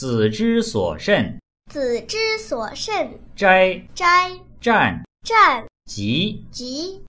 子之所慎，子之所慎，斋斋战战急急